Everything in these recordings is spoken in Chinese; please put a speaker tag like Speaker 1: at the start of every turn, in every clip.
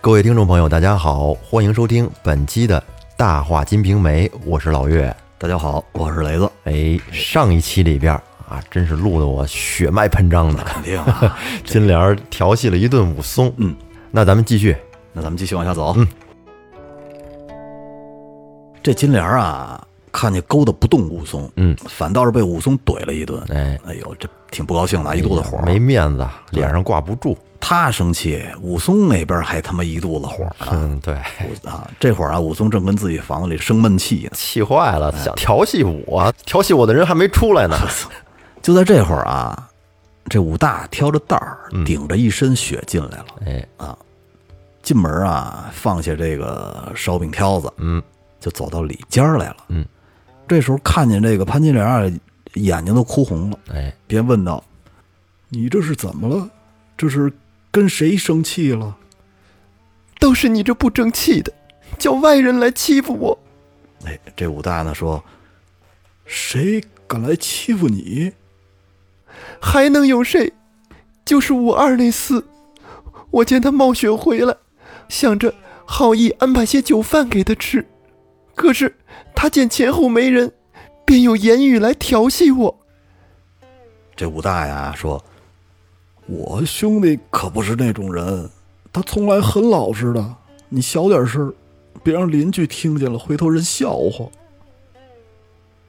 Speaker 1: 各位听众朋友，大家好，欢迎收听本期的《大话金瓶梅》，我是老岳。
Speaker 2: 大家好，我是雷子。
Speaker 1: 哎，上一期里边啊，真是录得我血脉喷 张的，
Speaker 2: 肯定啊，
Speaker 1: 金莲儿调戏了一顿武松。
Speaker 2: 嗯，
Speaker 1: 那咱们继续。
Speaker 2: 那咱们继续往下走。嗯，这金莲儿啊，看见勾搭不动武松，
Speaker 1: 嗯，
Speaker 2: 反倒是被武松怼了一顿。
Speaker 1: 哎，
Speaker 2: 哎呦，这挺不高兴的，一肚子火。
Speaker 1: 没面子，脸上挂不住。
Speaker 2: 他生气，武松那边还他妈一肚子火呢。
Speaker 1: 嗯，对，
Speaker 2: 武啊，这会儿啊，武松正跟自己房子里生闷气呢。
Speaker 1: 气坏了，想调戏我，调戏我的人还没出 来呢。
Speaker 2: 就在这会儿啊，这武大挑着担儿，顶着一身血进来了。
Speaker 1: 嗯
Speaker 2: 啊
Speaker 1: 哎，
Speaker 2: 进门啊，放下这个烧饼挑子，
Speaker 1: 嗯，
Speaker 2: 就走到里间儿来了。
Speaker 1: 嗯，
Speaker 2: 这时候看见这个潘金莲啊，眼睛都哭红了，
Speaker 1: 哎，
Speaker 2: 便问道：“你这是怎么了？这是跟谁生气了
Speaker 1: 都是你这不争气的，叫外人来欺负我。？”
Speaker 2: 哎，这武大呢说：“谁敢来欺负你？
Speaker 1: 还能有谁？就是五二那厮，我见他冒雪回来，想着好意安排些酒饭给他吃，可是他见前后没人，便用言语来调戏我。
Speaker 2: 这武大呀说：“我兄弟可不是那种人，他从来很老实的。你小点声，别让邻居听见了，回头人笑话。”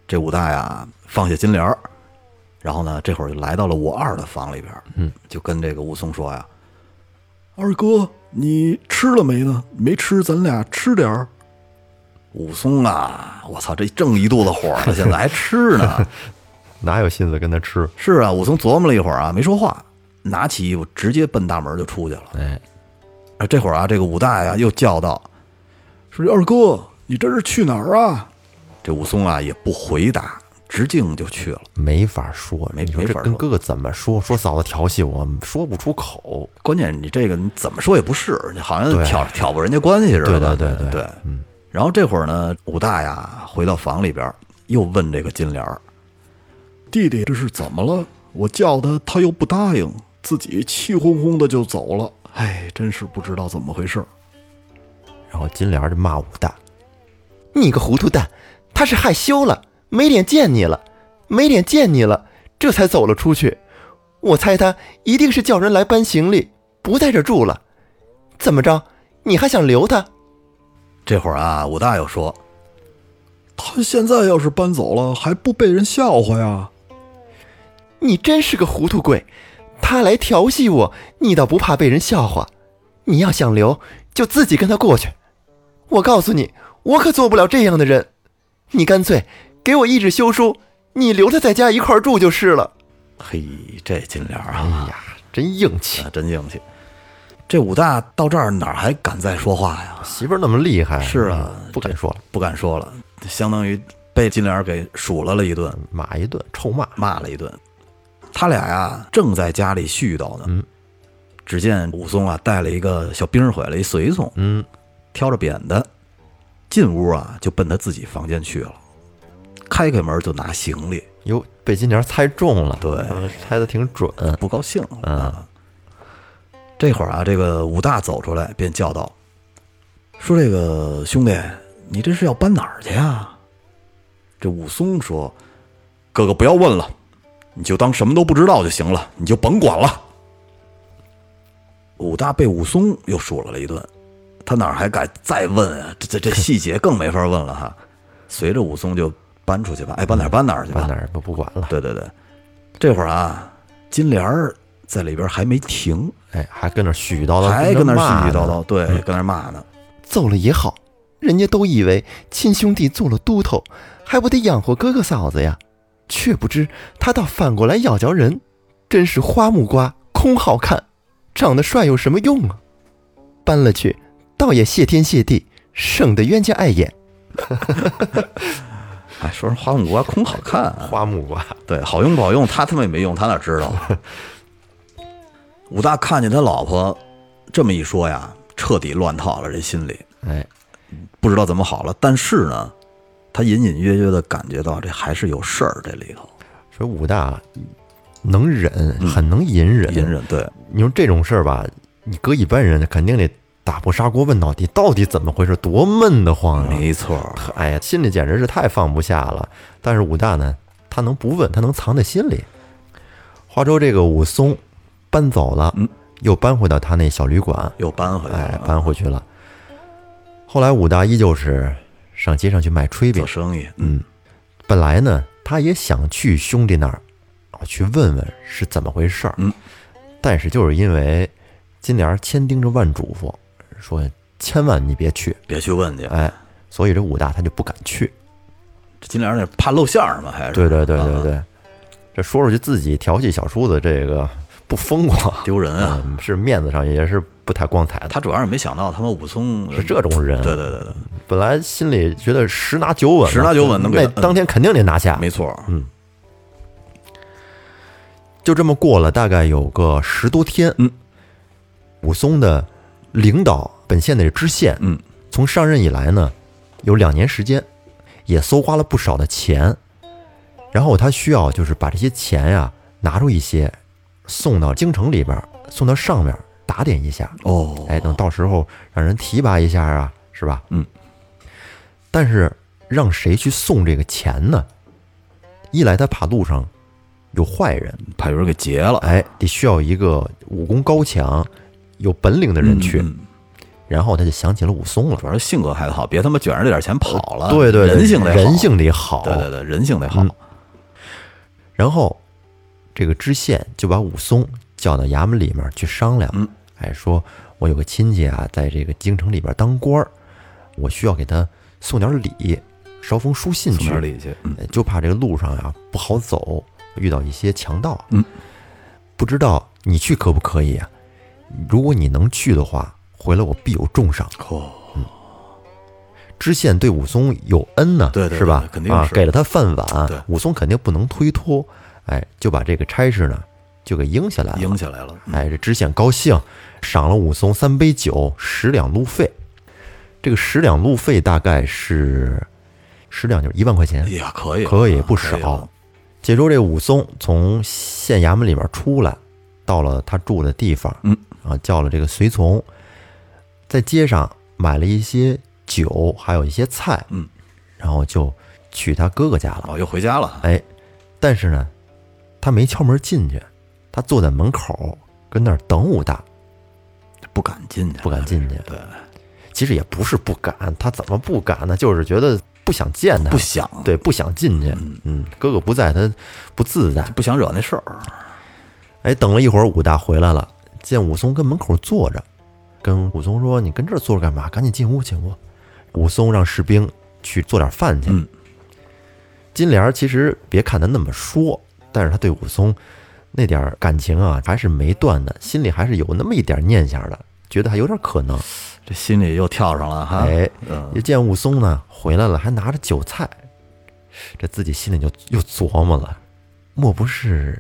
Speaker 2: 这武大呀放下金莲儿，然后呢，这会儿就来到了武二的房里边，嗯，就跟这个武松说呀：“二哥，你吃了没呢？没吃，咱俩吃点儿。”武松啊，我操，这正一肚子火呢，现在还吃呢。
Speaker 1: 哪有心思跟他吃？
Speaker 2: 是啊，武松琢磨了一会儿啊，没说话，拿起衣服直接奔大门就出去了。
Speaker 1: 哎，
Speaker 2: 啊，这会儿啊，这个武大呀又叫道：“说二哥，你这是去哪儿啊？”这武松啊也不回答，直径就去了。
Speaker 1: 没法说，
Speaker 2: 没
Speaker 1: 你说
Speaker 2: 没
Speaker 1: 这
Speaker 2: 法
Speaker 1: 跟
Speaker 2: 说
Speaker 1: 哥哥怎么说？说嫂子调戏我，说不出口。
Speaker 2: 关键你这个你怎么说也不是，你好像
Speaker 1: 对
Speaker 2: 挑挑拨人家关系似的。
Speaker 1: 对对对对嗯
Speaker 2: 对然后这会儿呢，武大呀回到房里边儿，又问这个金莲儿：“弟弟这是怎么了？我叫他，他又不答应，自己气哄哄的就走了。哎，真是不知道怎么回事。”
Speaker 1: 然后金莲就骂武大：“你个糊涂蛋，他是害羞了，没脸见你了，没脸见你了，这才走了出去。我猜他一定是叫人来搬行李，不在这住了。怎么着，你还想留他？
Speaker 2: 这会儿啊，武大又说：“他现在要是搬走了，还不被人笑话呀
Speaker 1: 你真是个糊涂鬼！他来调戏我，你倒不怕被人笑话？你要想留，就自己跟他过去。我告诉你，我可做不了这样的人。你干脆给我一纸休书，你留他在家一块儿住就是了。！”
Speaker 2: 嘿，这金莲儿
Speaker 1: 哎
Speaker 2: 啊，
Speaker 1: 呀，真硬气，
Speaker 2: 啊真硬气。这武大到这儿哪儿还敢再说话呀？
Speaker 1: 媳妇儿那么厉害，
Speaker 2: 是啊
Speaker 1: 嗯不敢说了，
Speaker 2: 不敢说了，相当于被金莲儿给数落了一顿，
Speaker 1: 骂一顿，臭骂。
Speaker 2: 骂了一顿。他俩呀、正在家里絮叨呢，只见武松啊带了一个小兵儿回来，一随从，
Speaker 1: 嗯，
Speaker 2: 挑着扁担，进屋啊就奔他自己房间去了，开开门就拿行李，
Speaker 1: 哟，被金莲猜中了，
Speaker 2: 对
Speaker 1: 嗯，猜的挺准。
Speaker 2: 不高兴了。啊这会儿啊，这个武大走出来便叫道：“说这个兄弟，你这是要搬哪儿去呀？”这武松说：“哥哥不要问了，你就当什么都不知道就行了，你就甭管了。”武大被武松又数落了一顿，他哪儿还敢再问啊？这这这细节更没法问了哈。随着武松就搬出去吧，哎爱搬哪儿搬哪儿去吧，
Speaker 1: 搬哪儿不不管了，
Speaker 2: 对对对，这会儿啊，金莲儿在里边还没停，
Speaker 1: 哎，还跟那儿絮絮叨叨，
Speaker 2: 还哦跟那儿
Speaker 1: 骂
Speaker 2: 絮絮叨
Speaker 1: 呢
Speaker 2: 叨，对，跟那儿骂呢。
Speaker 1: 揍了也好，人家都以为亲兄弟做了都头，还不得养活哥哥嫂子呀？却不知他倒反过来咬嚼人，真是花木瓜空好看，长得帅有什么用啊？搬了去，倒也谢天谢地，省得冤家碍眼。
Speaker 2: 哎，说是花木瓜空好看、啊，
Speaker 1: 花木瓜，
Speaker 2: 对，好用不好用，他他妈也没用，他哪知道啊？武大看见他老婆这么一说呀，彻底乱套了，这心里
Speaker 1: 哎，
Speaker 2: 不知道怎么好了。但是呢，他隐隐约约的感觉到这还是有事儿，这里头
Speaker 1: 说武大能嗯忍，很能隐忍
Speaker 2: 隐。忍对。
Speaker 1: 你说这种事儿吧，你搁一般人肯定得打破砂锅问到底，到底怎么回事？多闷得慌啊！
Speaker 2: 没错儿，
Speaker 1: 哎呀，心里简直是太放不下了。但是武大呢，他能不问，他能藏在心里。花州这个武松搬走了，
Speaker 2: 嗯
Speaker 1: 又搬回到他那小旅馆，
Speaker 2: 又搬回来
Speaker 1: 哎
Speaker 2: 了，，
Speaker 1: 搬回去了。后来武大依旧是上街上去卖炊饼
Speaker 2: 做，生意，
Speaker 1: 嗯，本来呢，他也想去兄弟那儿啊，去问问是怎么回事儿。
Speaker 2: 嗯，
Speaker 1: 但是就是因为金莲儿千叮咛万嘱咐，说千万你别去，
Speaker 2: 别去问去。
Speaker 1: 哎，所以这武大他就不敢去。
Speaker 2: 这金莲儿那怕露馅儿嘛，还是
Speaker 1: 对对对对
Speaker 2: 啊
Speaker 1: 对，这说出去自己调戏小叔子，这个不风光，
Speaker 2: 丢人啊！
Speaker 1: 嗯，是面子上也是不太光彩的。
Speaker 2: 他主要是没想到他们武松
Speaker 1: 嗯是嗯这种人，
Speaker 2: 嗯对对对对，
Speaker 1: 本来心里觉得十拿九稳啊，
Speaker 2: 十拿九稳能给
Speaker 1: 那
Speaker 2: 他嗯
Speaker 1: 当天肯定得拿下。
Speaker 2: 没错儿，
Speaker 1: 就这么过了大概有个十多天，
Speaker 2: 嗯，
Speaker 1: 武松的领导本县的知县，
Speaker 2: 嗯，
Speaker 1: 从上任以来呢，有两年时间，也搜刮了不少的钱，然后他需要就是把这些钱呀、拿出一些，送到京城里边儿，送到上面儿打点一下，
Speaker 2: 哦，
Speaker 1: 哎，等到时候让人提拔一下啊，是吧？
Speaker 2: 嗯。
Speaker 1: 但是让谁去送这个钱呢？一来他怕路上有坏人，
Speaker 2: 怕有人给劫了，
Speaker 1: 哎，得需要一个武功高强、有本领的人去。
Speaker 2: 嗯嗯
Speaker 1: 然后他就想起了武松了，
Speaker 2: 主要是性格还好，别他妈卷着这点钱跑了，
Speaker 1: 对对对，
Speaker 2: 人性得好
Speaker 1: 人，性得好。
Speaker 2: 对对对，人性得好
Speaker 1: 嗯，然后这个知县就把武松叫到衙门里面去商量，
Speaker 2: 嗯
Speaker 1: 哎，说我有个亲戚啊，在这个京城里边当官儿，我需要给他送点礼，捎封书信
Speaker 2: 从
Speaker 1: 去
Speaker 2: 哪。里去？嗯
Speaker 1: 就怕这个路上啊不好走，遇到一些强盗。
Speaker 2: 嗯，
Speaker 1: 不知道你去可不可以啊？如果你能去的话，回来我必有重赏。嗯
Speaker 2: 哦，
Speaker 1: 知县对武松有恩呢，
Speaker 2: 对对对
Speaker 1: 是吧？
Speaker 2: 肯定
Speaker 1: 啊，
Speaker 2: 是
Speaker 1: 给了他饭碗
Speaker 2: 对，
Speaker 1: 武松肯定不能推脱，哎，就把这个差事呢就给应下来了。
Speaker 2: 赢起来了，嗯
Speaker 1: 哎，这知县高兴，赏了武松三杯酒，十两路费。这个十两路费大概是十两，就是一万块钱
Speaker 2: 哎。呀，可以了，
Speaker 1: 可以
Speaker 2: 啊
Speaker 1: 不
Speaker 2: 可以
Speaker 1: 少
Speaker 2: 了。
Speaker 1: 解说这武松从县衙门里边出来，到了他住的地方，
Speaker 2: 嗯，
Speaker 1: 啊，叫了这个随从，在街上买了一些酒，还有一些菜，
Speaker 2: 嗯，
Speaker 1: 然后就去他哥哥家了。
Speaker 2: 哦，又回家了，
Speaker 1: 哎，但是呢，他没敲门进去，他坐在门口跟那儿等武大，
Speaker 2: 不敢进去，
Speaker 1: 不敢进去。
Speaker 2: 对，
Speaker 1: 其实也不是不敢，他怎么不敢呢？就是觉得不想见他
Speaker 2: 不，想，
Speaker 1: 对，不想进去。嗯，哥哥不在，他不自在。
Speaker 2: 不想惹那事儿，
Speaker 1: 哎，等了一会儿，武大回来了，见武松跟门口坐着，跟武松说：“你跟这儿坐着干嘛？赶紧进屋，进屋。”武松让士兵去做点饭去。
Speaker 2: 嗯
Speaker 1: 金莲儿其实别看他那么说，但是他对武松那点儿感情啊，还是没断的，心里还是有那么一点念想的，觉得还有点可能。
Speaker 2: 这心里又跳上了哈，
Speaker 1: 哎，
Speaker 2: 嗯，
Speaker 1: 一见武松呢回来了，还拿着酒菜，这自己心里就又琢磨了，莫不是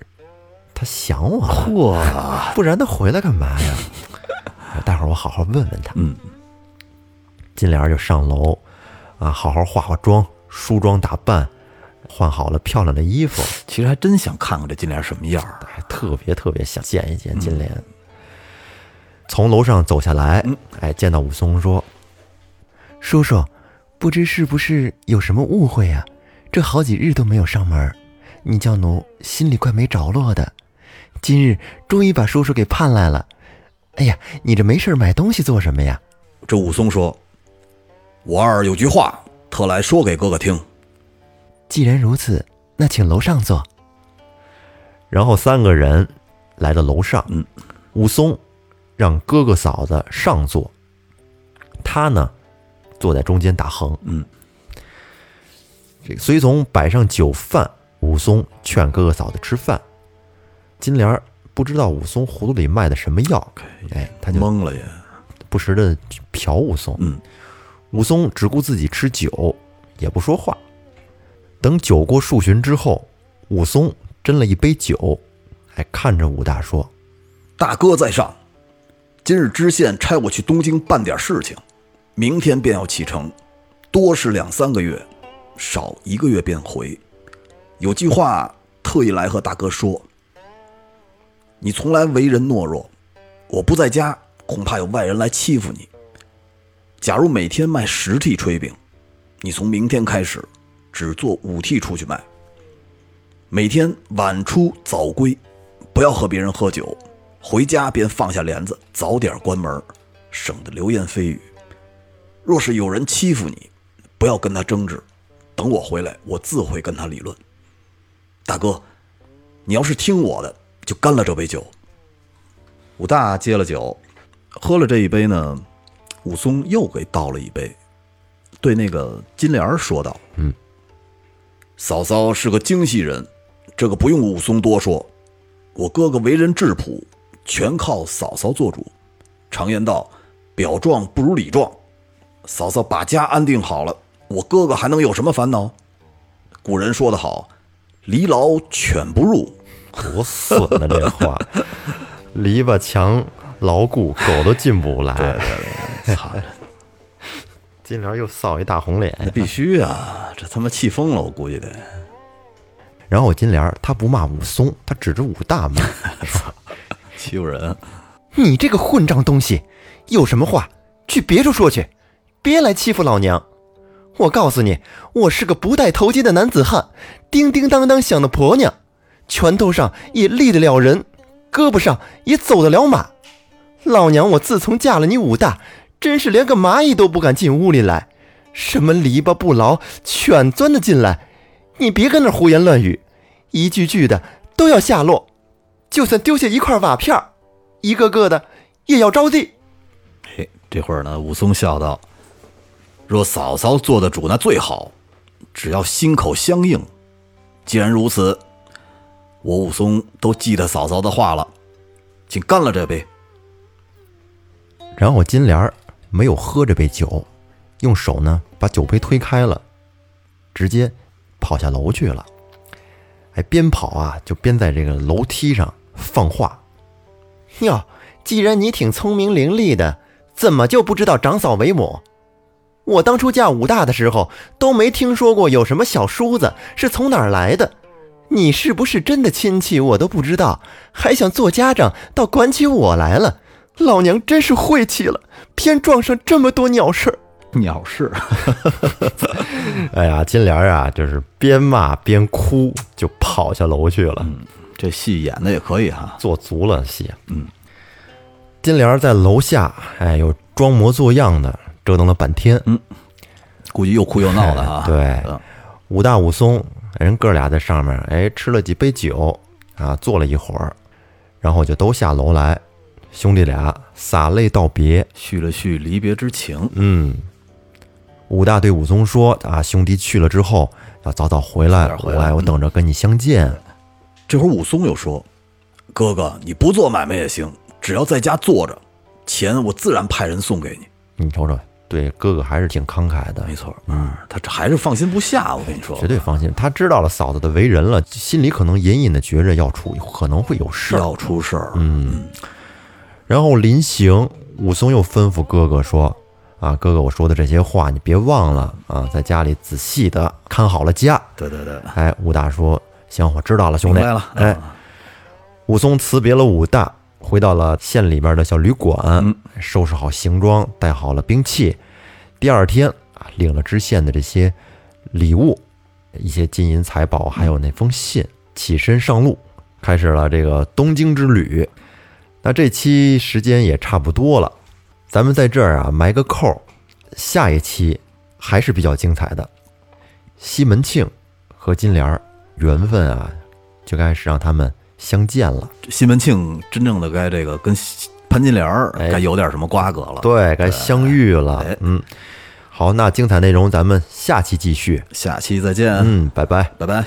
Speaker 1: 他想我了？
Speaker 2: 嚯，
Speaker 1: 不然他回来干嘛呀？ 待会儿我好好问问他。
Speaker 2: 嗯，
Speaker 1: 金莲儿就上楼，啊，好好化化妆、梳妆打扮，换好了漂亮的衣服，
Speaker 2: 其实还真想看看这金莲什么样儿，
Speaker 1: 还特别特别想见一见金莲。从楼上走下来，哎，见到武松说：“叔叔，不知是不是有什么误会呀、这好几日都没有上门儿，你叫奴心里怪没着落的。今日终于把叔叔给盼来了。哎呀，你这没事儿买东西做什么呀？”
Speaker 2: 这武松说：“我二有句话，特来说给哥哥听。
Speaker 1: 既然如此，那请楼上坐。然后三个人来到楼上，
Speaker 2: 嗯，
Speaker 1: 武松让哥哥嫂子上座，他呢坐在中间打横。
Speaker 2: 嗯，
Speaker 1: 这个随从摆上酒饭，武松劝哥哥嫂子吃饭。金莲儿不知道武松葫芦里卖的什么药，哎，他就
Speaker 2: 懵了也，
Speaker 1: 不时的瞟武松。
Speaker 2: 嗯，
Speaker 1: 武松只顾自己吃酒，也不说话。等酒过数巡之后，武松斟了一杯酒，哎，看着武大说
Speaker 2: 大哥在上，今日知县差我去东京办点事情，明天便要启程，多是两三个月，少一个月便回。有句话特意来和大哥说：你从来为人懦弱，我不在家，恐怕有外人来欺负你。假如每天卖十屉炊饼，你从明天开始只做五屉出去卖，每天晚出早归，不要和别人喝酒，回家便放下帘子，早点关门，省得流言蜚语。若是有人欺负你，不要跟他争执，等我回来，我自会跟他理论。大哥，你要是听我的，就干了这杯酒。武大接了酒，喝了这一杯呢，武松又给倒了一杯，对那个金莲儿说道：“
Speaker 1: 嗯，
Speaker 2: 嫂嫂是个精细人，这个不用武松多说。我哥哥为人质朴，全靠嫂嫂做主。常言道，表壮不如里壮。嫂嫂把家安定好了，我哥哥还能有什么烦恼？古人说得好，离牢犬不入。”
Speaker 1: 多损啊！这话，篱笆墙牢固，狗都进不来。
Speaker 2: 操！
Speaker 1: 金莲又扫一大红脸。
Speaker 2: 必须啊！这他妈气疯了，我估计得。
Speaker 1: 然后金莲儿她不骂武松，她指着武大骂
Speaker 2: 欺负人，：“
Speaker 1: 你这个混账东西，有什么话去别处说去，别来欺负老娘！我告诉你，我是个不戴头巾的男子汉，叮叮当当响的婆娘，拳头上也立得了人，胳膊上也走得了马。老娘我自从嫁了你武大，真是连个蚂蚁都不敢进屋里来，什么篱笆不牢，全钻得进来。你别跟那儿胡言乱语，一句句的都要下落，就算丢下一块瓦片儿，一个个的也要着地。
Speaker 2: 嘿，这会儿呢，武松笑道：“若嫂嫂做的主，那最好，只要心口相应。既然如此，我武松都记得嫂嫂的话了，请干了这杯。
Speaker 1: 然后金莲儿没有喝这杯酒，用手呢把酒杯推开了，直接跑下楼去了。哎，边跑啊就边在这个楼梯上放话：“哟，既然你挺聪明伶俐的，怎么就不知道长嫂为母？我当初嫁武大的时候都没听说过有什么小叔子是从哪儿来的。”你是不是真的亲戚，我都不知道，还想做家长，倒管起我来了。老娘真是晦气了，偏撞上这么多鸟事儿。
Speaker 2: 鸟事，
Speaker 1: 哎呀，金莲儿啊，就是边骂边哭，就跑下楼去了，
Speaker 2: 这戏演的也可以哈。
Speaker 1: 做足了戏。嗯，金莲儿在楼下，哎，又装模作样的折腾了半天。
Speaker 2: 估计又哭又闹的 啊。
Speaker 1: 哎对
Speaker 2: 嗯
Speaker 1: 武大、武松人哥俩在上面，哎，吃了几杯酒啊，坐了一会儿，然后就都下楼来，兄弟俩洒泪道别。
Speaker 2: 叙了叙离别之情。
Speaker 1: 嗯，武大对武松说：“啊，兄弟去了之后要早早回来，
Speaker 2: 早点回来嗯
Speaker 1: 我我等着跟你相见。
Speaker 2: 这会儿武松又说：“哥哥，你不做买卖也行，只要在家坐着，钱我自然派人送给你。”
Speaker 1: 你瞅瞅，对哥哥还是挺慷慨的
Speaker 2: 没，错，嗯，他这还是放心不下。我跟你说，
Speaker 1: 绝对放心。他知道了嫂子的为人了，心里可能隐隐的觉着要出可能会有事儿。
Speaker 2: 要出事儿。嗯，
Speaker 1: 然后临行，武松又吩咐哥哥说：“啊，哥哥，我说的这些话你别忘了啊，在家里仔细的看好了家。
Speaker 2: 对对对，”
Speaker 1: 哎，武大说：“行，我知道了，兄弟。
Speaker 2: 明白了啊
Speaker 1: 哎，武松辞别了武大，回到了县里面的小旅馆，收拾好行装，带好了兵器。第二天啊，领了知县的这些礼物，一些金银财宝，还有那封信，起身上路，开始了这个东京之旅。那这期时间也差不多了，咱们在这儿啊埋个扣儿，下一期还是比较精彩的。西门庆和金莲儿缘分啊，就该是让他们相见了。
Speaker 2: 西门庆真正的该这个跟西潘金莲儿
Speaker 1: 哎
Speaker 2: 该有点什么瓜葛了。，
Speaker 1: 对，该相遇了
Speaker 2: 哎。
Speaker 1: 嗯，好，那精彩内容咱们下期继续。
Speaker 2: 下期再见，
Speaker 1: 嗯，拜拜。
Speaker 2: 拜拜。